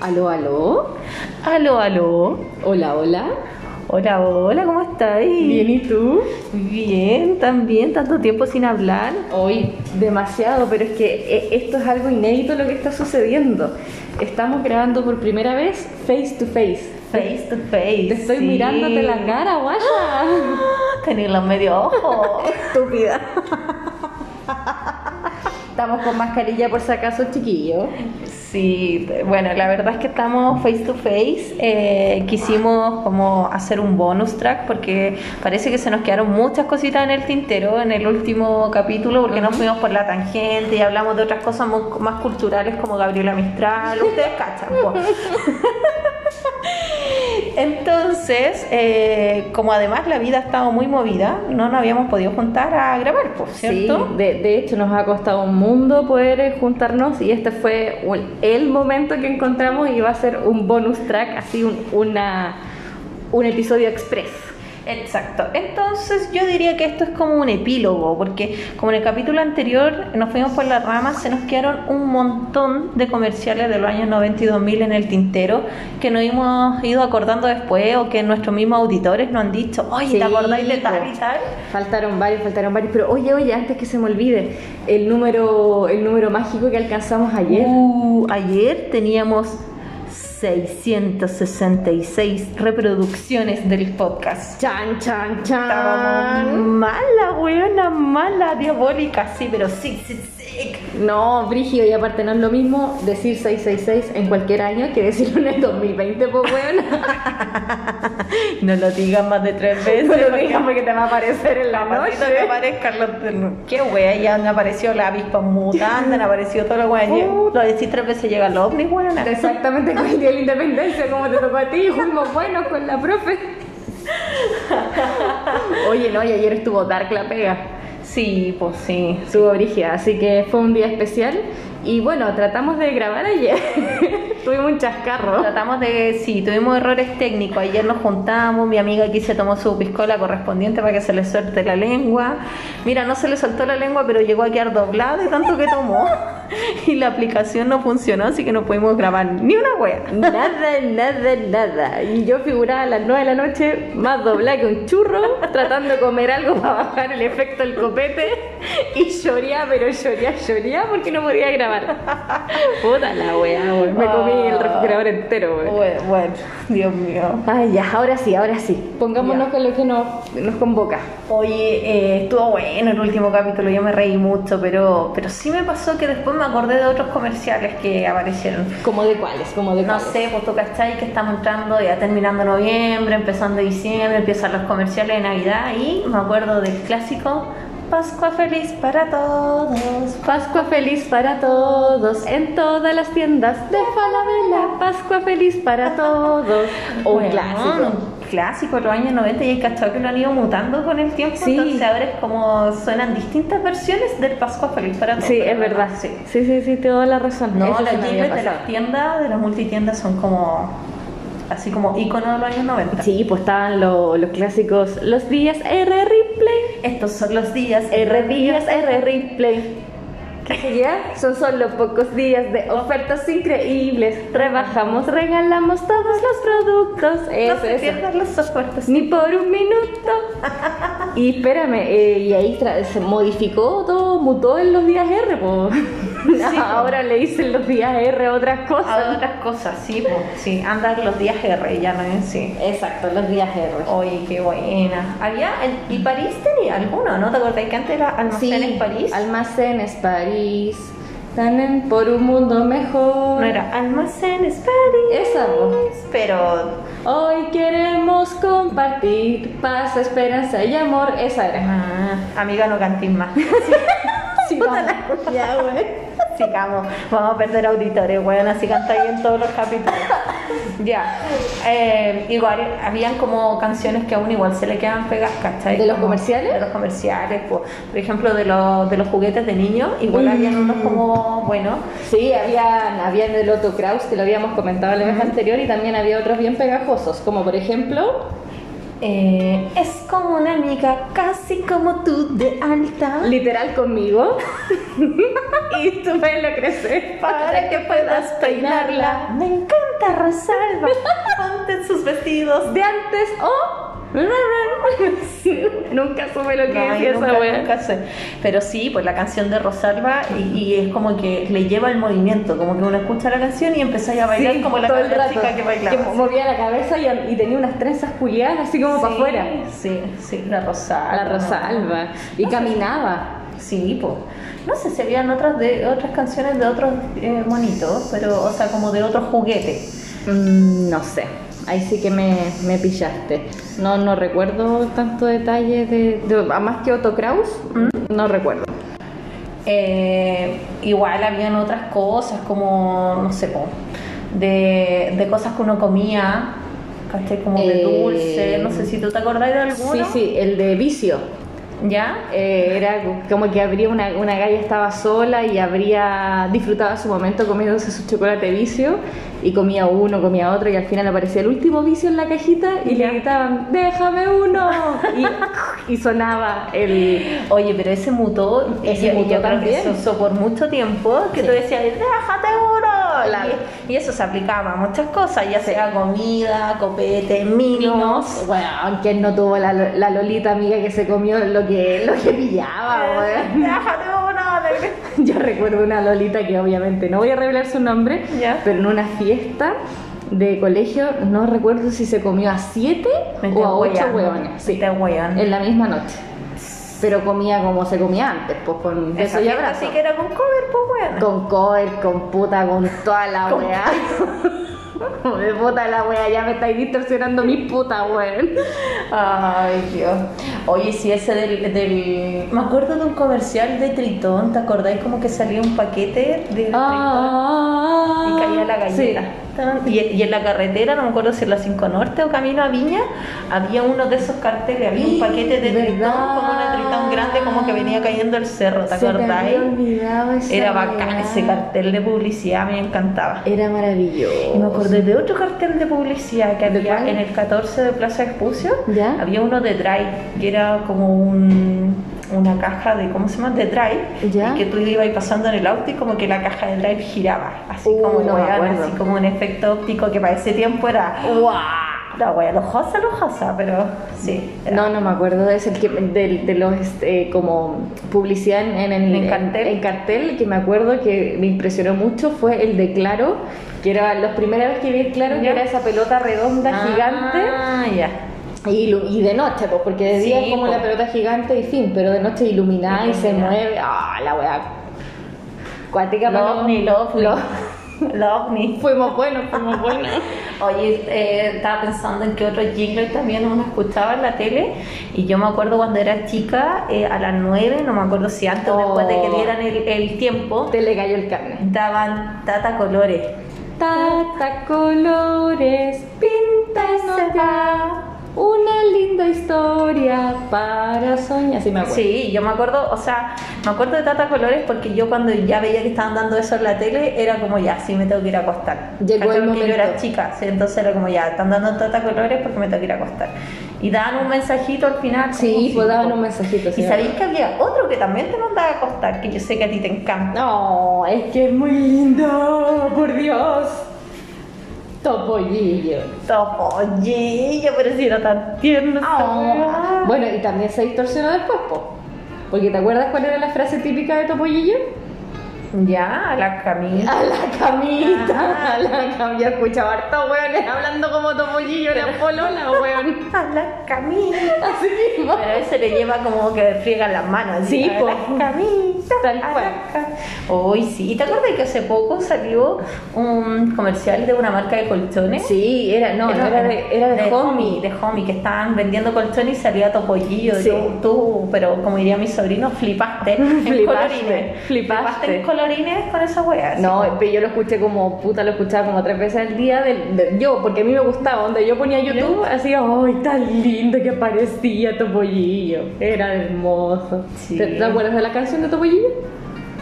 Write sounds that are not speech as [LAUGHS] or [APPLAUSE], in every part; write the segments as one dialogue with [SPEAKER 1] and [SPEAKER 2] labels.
[SPEAKER 1] Aló, aló.
[SPEAKER 2] Aló, aló.
[SPEAKER 1] Hola, hola.
[SPEAKER 2] Hola, hola, ¿cómo estáis?
[SPEAKER 1] Bien, ¿y tú?
[SPEAKER 2] Bien, también, tanto tiempo sin hablar.
[SPEAKER 1] Hoy demasiado, pero es que eh, esto es algo inédito lo que está sucediendo. Estamos grabando por primera vez face to face.
[SPEAKER 2] Face to face.
[SPEAKER 1] Te estoy
[SPEAKER 2] sí.
[SPEAKER 1] mirándote la cara, guaya.
[SPEAKER 2] [GASPS] Tener los medio ojo.
[SPEAKER 1] [LAUGHS] Estúpida. Estamos con mascarilla por si acaso, chiquillo.
[SPEAKER 2] Sí, bueno, la verdad es que estamos face to face. Eh, quisimos como hacer un bonus track porque parece que se nos quedaron muchas cositas en el tintero en el último capítulo porque nos fuimos por la tangente y hablamos de otras cosas mu- más culturales como Gabriela Mistral. Ustedes cachan, po. [LAUGHS] Entonces, eh, como además la vida ha estado muy movida, no nos habíamos podido juntar a grabar, po, ¿cierto?
[SPEAKER 1] Sí, de, de hecho nos ha costado un mundo poder eh, juntarnos y este fue un- el momento que encontramos y va a ser un bonus track, así un, una, un episodio express.
[SPEAKER 2] Exacto. Entonces yo diría que esto es como un epílogo, porque como en el capítulo anterior nos fuimos por las ramas, se nos quedaron un montón de comerciales de los años 90 y 2000 en el tintero que nos hemos ido acordando después o que nuestros mismos auditores nos han dicho, oye,
[SPEAKER 1] Sí, pues.
[SPEAKER 2] ¿te acordáis de tal
[SPEAKER 1] po.
[SPEAKER 2] y tal?
[SPEAKER 1] Faltaron varios, faltaron varios, pero oye, oye, antes que se me olvide, el número, el número mágico que alcanzamos ayer.
[SPEAKER 2] Uh, ayer teníamos 666 reproducciones del podcast.
[SPEAKER 1] Chan, chan,
[SPEAKER 2] Estábamos
[SPEAKER 1] chan.
[SPEAKER 2] mala, weona, mala, diabólica, sí, pero sí, sí, sí.
[SPEAKER 1] No, Brigio, y aparte no es lo mismo decir 666 en cualquier año que decirlo en el 2020, pues
[SPEAKER 2] [LAUGHS]
[SPEAKER 1] bueno.
[SPEAKER 2] No lo digas más de tres veces.
[SPEAKER 1] No lo
[SPEAKER 2] porque [LAUGHS]
[SPEAKER 1] digas porque te va a aparecer en la
[SPEAKER 2] patito que
[SPEAKER 1] noche.
[SPEAKER 2] aparezcan los ternos. Qué wea, ya han aparecido la avispa mutante, han aparecido todo lo wea. Lo decís tres veces llega el ovni, weona.
[SPEAKER 1] Exactamente con el día de la independencia, como te tocó a ti, fuimos buenos con la
[SPEAKER 2] [LAUGHS]
[SPEAKER 1] profe. Oye, no, y ayer estuvo Dark la pega,
[SPEAKER 2] Sí, pues sí.
[SPEAKER 1] estuvo brígida, así que fue un día especial. Y bueno, tratamos de grabar ayer. [LAUGHS] Tuvimos un chascarro.
[SPEAKER 2] Tratamos de, sí, tuvimos errores técnicos. Ayer nos juntamos, mi amiga aquí se tomó su piscola correspondiente para que se le suelte la lengua. Mira, no se le soltó la lengua, pero llegó a quedar doblada de tanto que tomó. [LAUGHS] Y la aplicación no funcionó, así que no pudimos grabar ni una wea.
[SPEAKER 1] Nada, nada, nada. Y yo figuraba a las 9 de la noche más doblada que un churro, tratando de comer algo para bajar el efecto del copete. Y lloría, pero lloría, lloría porque no podía grabar. Puta la weá, weón. Me comí el refrigerador entero, weón.
[SPEAKER 2] Bueno, bueno, Dios mío.
[SPEAKER 1] Ay, ya, ahora sí, ahora sí. Pongámonos
[SPEAKER 2] Ya.
[SPEAKER 1] con lo que nos, nos convoca.
[SPEAKER 2] Oye, eh, estuvo bueno el último capítulo, yo me reí mucho, pero, pero sí me pasó que después me acordé de otros comerciales que aparecieron.
[SPEAKER 1] ¿Como de cuáles? como de
[SPEAKER 2] No
[SPEAKER 1] cuáles?
[SPEAKER 2] sé, pues tú cachai que estamos entrando, ya terminando noviembre, empezando diciembre, empiezan los comerciales de Navidad y me acuerdo del clásico Pascua feliz para todos.
[SPEAKER 1] Pascua feliz para todos en todas las tiendas de Falabella. Pascua feliz para todos. O [LAUGHS] un
[SPEAKER 2] Bueno,
[SPEAKER 1] clásico.
[SPEAKER 2] Un clásico, de los años 90 y hay cachado que lo han ido mutando con el tiempo,
[SPEAKER 1] Sí.
[SPEAKER 2] entonces ahora es como suenan distintas versiones del Pascua feliz para todos.
[SPEAKER 1] Sí, es verdad.
[SPEAKER 2] Sí.
[SPEAKER 1] sí, sí, sí, te doy la razón.
[SPEAKER 2] No,
[SPEAKER 1] Eso
[SPEAKER 2] las
[SPEAKER 1] se me había
[SPEAKER 2] jingles de
[SPEAKER 1] pasado.
[SPEAKER 2] las tiendas, de las multitiendas son como así como iconos de los años 90.
[SPEAKER 1] Sí, pues estaban lo- los clásicos, los días R replay,
[SPEAKER 2] Estos son los días
[SPEAKER 1] R días R replay. ¿Qué seguía? Son solo pocos días de ofertas increíbles. Rebajamos, regalamos todos los productos. Eso,
[SPEAKER 2] No se
[SPEAKER 1] eso.
[SPEAKER 2] pierdan los soportes.
[SPEAKER 1] Ni por un minuto. Y espérame, eh, y ahí tra- se modificó todo, mutó en los días R, pues.
[SPEAKER 2] [LAUGHS] Sí, po. Ah.
[SPEAKER 1] Ahora le dicen los días R otras cosas.
[SPEAKER 2] A otras cosas, sí, po, sí, andar los días R, ya no es sí.
[SPEAKER 1] Exacto, los días R.
[SPEAKER 2] Oye, qué buena. Había, en- y París tenía alguno, ¿no? ¿Te acordás que antes era almacén en París?
[SPEAKER 1] Almacenes París. Tanen por un mundo mejor.
[SPEAKER 2] no era almacén es París.
[SPEAKER 1] Esa voz.
[SPEAKER 2] Pero,
[SPEAKER 1] Hoy queremos compartir paz, esperanza y amor. Esa
[SPEAKER 2] [LAUGHS]
[SPEAKER 1] era.
[SPEAKER 2] ah, amiga, no cantís más.
[SPEAKER 1] Sí, vamos. Ya, güey.
[SPEAKER 2] Sigamos, vamos a perder auditores, weón, así cantáis en todos los capítulos. Ya, eh, igual habían como canciones que aún igual se le quedan pegadas, ¿cachai?
[SPEAKER 1] ¿De los
[SPEAKER 2] Como-
[SPEAKER 1] comerciales?
[SPEAKER 2] De los comerciales, po. por ejemplo, de los, de los juguetes de niños, igual
[SPEAKER 1] Mm.
[SPEAKER 2] habían unos como, bueno,
[SPEAKER 1] Sí, había, había en el Otto Kraus, que lo habíamos comentado la vez anterior, y también había otros bien pegajosos, como por ejemplo.
[SPEAKER 2] Eh, es como una amiga casi como tú de alta.
[SPEAKER 1] Literal
[SPEAKER 2] [LAUGHS]
[SPEAKER 1] conmigo. y tú velo crecer.
[SPEAKER 2] Para que puedas peinarla. Me encanta
[SPEAKER 1] [LAUGHS]
[SPEAKER 2] Rosalba. Ponte en sus vestidos.
[SPEAKER 1] De antes o. [LAUGHS] nunca supe lo que
[SPEAKER 2] No,
[SPEAKER 1] decía
[SPEAKER 2] yo
[SPEAKER 1] esa
[SPEAKER 2] nunca,
[SPEAKER 1] wea.
[SPEAKER 2] nunca sé. Pero sí, pues la canción de Rosalba y, y es como que le lleva el movimiento, como que uno escucha la canción y empezáis a bailar
[SPEAKER 1] Sí,
[SPEAKER 2] como la,
[SPEAKER 1] todo el
[SPEAKER 2] la
[SPEAKER 1] rato.
[SPEAKER 2] chica que bailaba.
[SPEAKER 1] mo- movía la cabeza y, y tenía unas trenzas culiadas así como para
[SPEAKER 2] Sí,
[SPEAKER 1] afuera.
[SPEAKER 2] Sí, sí, la Rosalba.
[SPEAKER 1] La Rosalba. Y caminaba.
[SPEAKER 2] Sí, pues. No sé si habían otras de otras canciones de otros eh, monitos, pero, o sea, como de otros juguetes.
[SPEAKER 1] Mm, no sé. Ahí sí que me, me pillaste. No, no recuerdo tanto detalle de, de- a más que Otto Kraus. No recuerdo.
[SPEAKER 2] Eh, igual habían otras cosas, como, no sé, po, de, de cosas que uno comía, ¿cachai? como
[SPEAKER 1] Eh,
[SPEAKER 2] de dulce, no sé si tú te acordás de alguno.
[SPEAKER 1] Sí, sí, el de vicio.
[SPEAKER 2] ¿Ya?
[SPEAKER 1] Eh, era como que abría una, una galla estaba sola y habría disfrutaba su momento comiéndose su chocolate vicio y comía uno, comía otro y al final aparecía el último vicio en la cajita y le gritaban, déjame uno y, y sonaba el...
[SPEAKER 2] Oye, pero ese mutó,
[SPEAKER 1] Ese
[SPEAKER 2] y- y
[SPEAKER 1] mutó
[SPEAKER 2] yo creo que
[SPEAKER 1] también.
[SPEAKER 2] se usó por mucho tiempo, que tú decías, déjate uno.
[SPEAKER 1] Claro.
[SPEAKER 2] Y, y eso se aplicaba a muchas cosas, ya sea comida, copete, minos.
[SPEAKER 1] Bueno, ¿quién no tuvo la, la Lolita amiga que se comió lo que, lo que pillaba?
[SPEAKER 2] [LAUGHS]
[SPEAKER 1] weón?
[SPEAKER 2] Eh, Déjate uno.
[SPEAKER 1] Yo recuerdo una Lolita que obviamente no voy a revelar su nombre,
[SPEAKER 2] Ya.
[SPEAKER 1] pero en una fiesta de colegio, no recuerdo si se comió a siete
[SPEAKER 2] Me
[SPEAKER 1] o a ocho
[SPEAKER 2] estás hueando,
[SPEAKER 1] hueones.
[SPEAKER 2] me
[SPEAKER 1] sí,
[SPEAKER 2] estás hueando.
[SPEAKER 1] en la misma noche. Pero comía como se comía antes, pues con
[SPEAKER 2] Esa
[SPEAKER 1] beso y
[SPEAKER 2] fiesta
[SPEAKER 1] abrazo.
[SPEAKER 2] sí que era con cover, pues weón.
[SPEAKER 1] Con cover, con puta, con toda la
[SPEAKER 2] Con-
[SPEAKER 1] weá. [LAUGHS] Me puta la wea, ya me estáis distorsionando mis putas, weón.
[SPEAKER 2] Ay, Dios. Oye, sí, ese del, del- Me acuerdo de un comercial de Tritón, ¿te acordáis? Como que salía un paquete de Tritón
[SPEAKER 1] Ah.
[SPEAKER 2] y caía la galleta. Tan- Y, y en la carretera, no me acuerdo si en la 5 Norte o Camino a Viña, había uno de esos carteles, había un paquete de
[SPEAKER 1] ¿Verdad?
[SPEAKER 2] Tritón con una Tritón grande como que venía cayendo el cerro, ¿te
[SPEAKER 1] Se me
[SPEAKER 2] acordáis?
[SPEAKER 1] había olvidado esa
[SPEAKER 2] Era bacán
[SPEAKER 1] weá.
[SPEAKER 2] ese cartel de publicidad, me encantaba.
[SPEAKER 1] Era maravilloso.
[SPEAKER 2] Y me acordé de otro cartel de publicidad que
[SPEAKER 1] ¿De
[SPEAKER 2] había
[SPEAKER 1] cuál?
[SPEAKER 2] en el 14 de Plaza Expucio.
[SPEAKER 1] ¿Ya?
[SPEAKER 2] Había uno de Drive, que era como un- una caja de, ¿cómo se llama? De Drive.
[SPEAKER 1] ¿Ya?
[SPEAKER 2] Y que tú ibas pasando en el auto y como que la caja de Drive giraba. Así
[SPEAKER 1] Uh,
[SPEAKER 2] como
[SPEAKER 1] no me
[SPEAKER 2] weón,
[SPEAKER 1] acuerdo.
[SPEAKER 2] así como un efecto óptico que para ese tiempo era... La wea lojosa, lojosa, pero sí. era-
[SPEAKER 1] No, no me acuerdo de ese, el que, del- de, los este, como publicidad en, en el
[SPEAKER 2] En cartel.
[SPEAKER 1] en cartel, que me acuerdo que me impresionó mucho fue el de Claro, que era la primera vez que vi el Claro, que
[SPEAKER 2] Ya.
[SPEAKER 1] era esa pelota redonda gigante
[SPEAKER 2] Ah, ya.
[SPEAKER 1] y, ilu- y de noche, pues porque de día
[SPEAKER 2] Sí,
[SPEAKER 1] es como
[SPEAKER 2] pues.
[SPEAKER 1] la pelota gigante y fin, pero de noche iluminada y se
[SPEAKER 2] Iluminada.
[SPEAKER 1] mueve, ah, la weá. Cuática para los-
[SPEAKER 2] Lovni, lovni.
[SPEAKER 1] los-
[SPEAKER 2] [LAUGHS] Lovni.
[SPEAKER 1] Fuimos [LAUGHS] buenos, fuimos buenos.
[SPEAKER 2] Oye, eh, estaba pensando en que otro jingle también uno escuchaba en la tele y yo me acuerdo cuando era chica, eh, a las 9, no me acuerdo si antes o después de que
[SPEAKER 1] Oh.
[SPEAKER 2] dieran el, el tiempo,
[SPEAKER 1] Te le cayó el carne.
[SPEAKER 2] daban Tata Colores.
[SPEAKER 1] Ah, Tata colores, pinta
[SPEAKER 2] Se va.
[SPEAKER 1] una linda historia para soñar. Sí, me acuerdo.
[SPEAKER 2] Sí, yo me acuerdo, o sea, me acuerdo de Tata Colores porque yo cuando ya veía que estaban dando eso en la tele, era como ya, sí, me tengo que ir a acostar.
[SPEAKER 1] Llegó
[SPEAKER 2] ¿Cachai?
[SPEAKER 1] el
[SPEAKER 2] porque yo
[SPEAKER 1] momento.
[SPEAKER 2] era chica, sí, entonces era como ya, están dando Tata Colores porque me tengo que ir a acostar. Y daban un mensajito al final. como
[SPEAKER 1] Sí,
[SPEAKER 2] si-
[SPEAKER 1] pues daban un mensajito. sí,
[SPEAKER 2] Y
[SPEAKER 1] me
[SPEAKER 2] sabéis que había otro que también te mandaba a acostar, que yo sé que a ti te
[SPEAKER 1] acuerdo.
[SPEAKER 2] encanta.
[SPEAKER 1] No, es que es muy lindo, por Dios. Topollillo.
[SPEAKER 2] Topollillo, pero si era tan tierno. esa weá.
[SPEAKER 1] Bueno, y también se distorsionó después, po. Porque ¿te acuerdas cuál era la frase típica de Topollillo?
[SPEAKER 2] Ya, a la camisa.
[SPEAKER 1] A la camita, a la camita. Yo escuchaba harto, weones, hablando como Topollillo, la polola, Ah, weón.
[SPEAKER 2] A la camisa.
[SPEAKER 1] Así mismo.
[SPEAKER 2] Pero ese le lleva como que friegan las manos. así,
[SPEAKER 1] Sí,
[SPEAKER 2] a
[SPEAKER 1] po.
[SPEAKER 2] la camisa.
[SPEAKER 1] Tal
[SPEAKER 2] a la
[SPEAKER 1] cual.
[SPEAKER 2] ca- Uy, sí. ¿Y te acuerdas que hace poco salió un comercial de una marca de colchones?
[SPEAKER 1] Sí, era, no, era, de, era de, homie.
[SPEAKER 2] De homie, que estaban vendiendo colchones y salía topollillo.
[SPEAKER 1] Sí.
[SPEAKER 2] Tú, tú, pero como diría mi sobrino, flipaste en
[SPEAKER 1] [LAUGHS] Flipaste,
[SPEAKER 2] colorines.
[SPEAKER 1] flipaste.
[SPEAKER 2] en colorines con esa wea. así
[SPEAKER 1] No,
[SPEAKER 2] como-
[SPEAKER 1] pero yo lo escuché como, puta, lo escuchaba como tres veces al día. del- de- yo, porque a mí me gustaba, donde yo ponía YouTube, así, ¡ay, tan lindo que parecía Topollillo! Era hermoso.
[SPEAKER 2] Sí.
[SPEAKER 1] ¿Te, te acuerdas de la canción de Topollillo?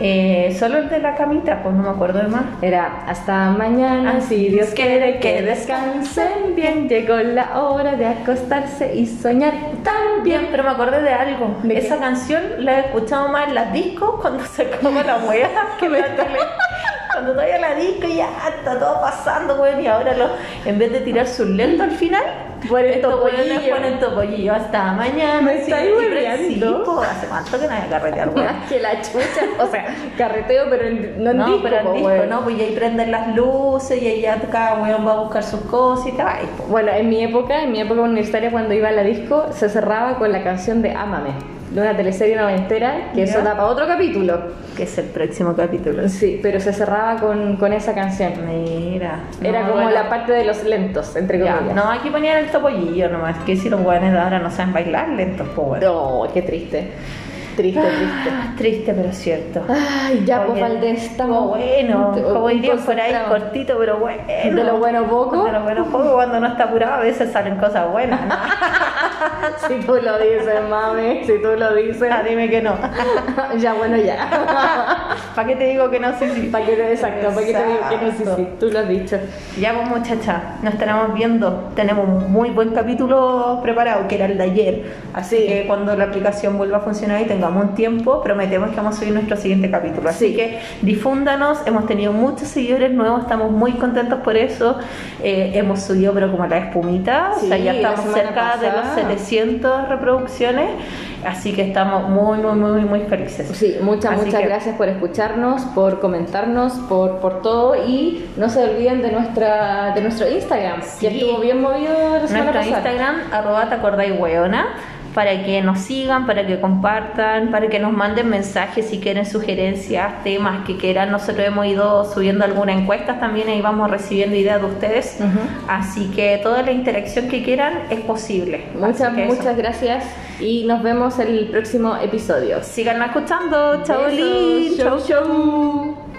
[SPEAKER 2] Eh, solo el de la camita, pues no me acuerdo de más.
[SPEAKER 1] Era hasta mañana,
[SPEAKER 2] Ah,
[SPEAKER 1] si Dios quiere que
[SPEAKER 2] que
[SPEAKER 1] descansen bien, llegó la hora de acostarse y soñar [LAUGHS] también.
[SPEAKER 2] Bien, pero me acordé de algo.
[SPEAKER 1] ¿De qué?
[SPEAKER 2] Esa canción la he escuchado más en las discos cuando se acaba la
[SPEAKER 1] [LAUGHS]
[SPEAKER 2] hueá que [LAUGHS] en la tele. Cuando todavía la disco y ya está todo pasando, weón. Y ahora los, en vez de tirar sus lentos al final,
[SPEAKER 1] Ponen
[SPEAKER 2] estos
[SPEAKER 1] topollillo.
[SPEAKER 2] weones ponen topollillo hasta mañana.
[SPEAKER 1] Me estáis
[SPEAKER 2] y pre-
[SPEAKER 1] hueveando.
[SPEAKER 2] sí, po, hace cuánto que no hay carretear,
[SPEAKER 1] [LAUGHS]
[SPEAKER 2] weón.
[SPEAKER 1] Más que la chucha, o sea, carreteo, pero en- no en
[SPEAKER 2] no,
[SPEAKER 1] disco,
[SPEAKER 2] pero en
[SPEAKER 1] po,
[SPEAKER 2] disco,
[SPEAKER 1] weón.
[SPEAKER 2] no, pues y ahí prenden las luces y ahí ya cada weón va a buscar sus cosas y te va.
[SPEAKER 1] Bueno, en mi época, en mi época universitaria, cuando iba a la disco, se cerraba con la canción de Ámame, de una teleserie noventera, que eso
[SPEAKER 2] Ya.
[SPEAKER 1] da para otro capítulo.
[SPEAKER 2] Que es el próximo capítulo.
[SPEAKER 1] Sí, pero se cerraba con, con esa canción.
[SPEAKER 2] Mira.
[SPEAKER 1] Era
[SPEAKER 2] no,
[SPEAKER 1] como
[SPEAKER 2] bueno.
[SPEAKER 1] la parte de los lentos, entre
[SPEAKER 2] Ya,
[SPEAKER 1] comillas.
[SPEAKER 2] no, aquí ponían el topollillo nomás, que si los guanes de ahora no saben bailar lentos, pues bueno.
[SPEAKER 1] No, qué triste.
[SPEAKER 2] [GASPS]
[SPEAKER 1] Triste, triste.
[SPEAKER 2] Ah, triste pero cierto.
[SPEAKER 1] Ay, ya, pues
[SPEAKER 2] Oye,
[SPEAKER 1] Valdés, estamos.
[SPEAKER 2] como bueno,
[SPEAKER 1] un-
[SPEAKER 2] como
[SPEAKER 1] un
[SPEAKER 2] dirían por ahí,
[SPEAKER 1] concentrado.
[SPEAKER 2] cortito pero bueno.
[SPEAKER 1] De lo bueno poco.
[SPEAKER 2] [LAUGHS] De lo bueno poco, cuando no está apurado a veces salen cosas buenas.
[SPEAKER 1] [LAUGHS]
[SPEAKER 2] ¿no?
[SPEAKER 1] Si tú lo dices, mami, si tú lo dices. [LAUGHS]
[SPEAKER 2] Ah, dime que no.
[SPEAKER 1] ya, bueno,
[SPEAKER 2] [LAUGHS]
[SPEAKER 1] ya.
[SPEAKER 2] ¿Para qué te digo que no? Sí, sí.
[SPEAKER 1] ¿Para qué te exacto? ¿Para qué te digo que no? Sí,
[SPEAKER 2] Exacto.
[SPEAKER 1] sí, tú lo has dicho.
[SPEAKER 2] Ya pues muchacha, nos estaremos viendo. Tenemos un muy buen capítulo preparado, que era el de ayer. Así
[SPEAKER 1] Sí.
[SPEAKER 2] que cuando la aplicación vuelva a funcionar y tengamos un tiempo, prometemos que vamos a subir nuestro siguiente capítulo. Así
[SPEAKER 1] Sí.
[SPEAKER 2] que difúndanos, hemos tenido muchos seguidores nuevos, estamos muy contentos por eso. Eh, hemos subido pero como la espumita,
[SPEAKER 1] Sí,
[SPEAKER 2] o sea, ya
[SPEAKER 1] la
[SPEAKER 2] estamos
[SPEAKER 1] semana
[SPEAKER 2] cerca de los
[SPEAKER 1] pasada.
[SPEAKER 2] 700 reproducciones. Así que estamos muy, muy, muy, muy felices.
[SPEAKER 1] Sí, muchas,
[SPEAKER 2] Así
[SPEAKER 1] muchas
[SPEAKER 2] que-
[SPEAKER 1] gracias por escucharnos, por comentarnos, por, por todo y no se olviden de nuestra de nuestro Instagram,
[SPEAKER 2] Sí.
[SPEAKER 1] que estuvo bien movido la semana
[SPEAKER 2] Nuestro
[SPEAKER 1] pasada.
[SPEAKER 2] Instagram, arroba te acordáis weona, para que nos sigan, para que compartan, para que nos manden mensajes si quieren sugerencias, temas que quieran. Nosotros hemos ido subiendo algunas encuestas también, ahí vamos recibiendo ideas de ustedes.
[SPEAKER 1] Ujú.
[SPEAKER 2] Así que toda la interacción que quieran es posible.
[SPEAKER 1] Muchas,
[SPEAKER 2] Así que eso.
[SPEAKER 1] muchas gracias y nos vemos en el próximo episodio.
[SPEAKER 2] Síganos escuchando. Chao,
[SPEAKER 1] Besos,
[SPEAKER 2] Lin.
[SPEAKER 1] chau, chau.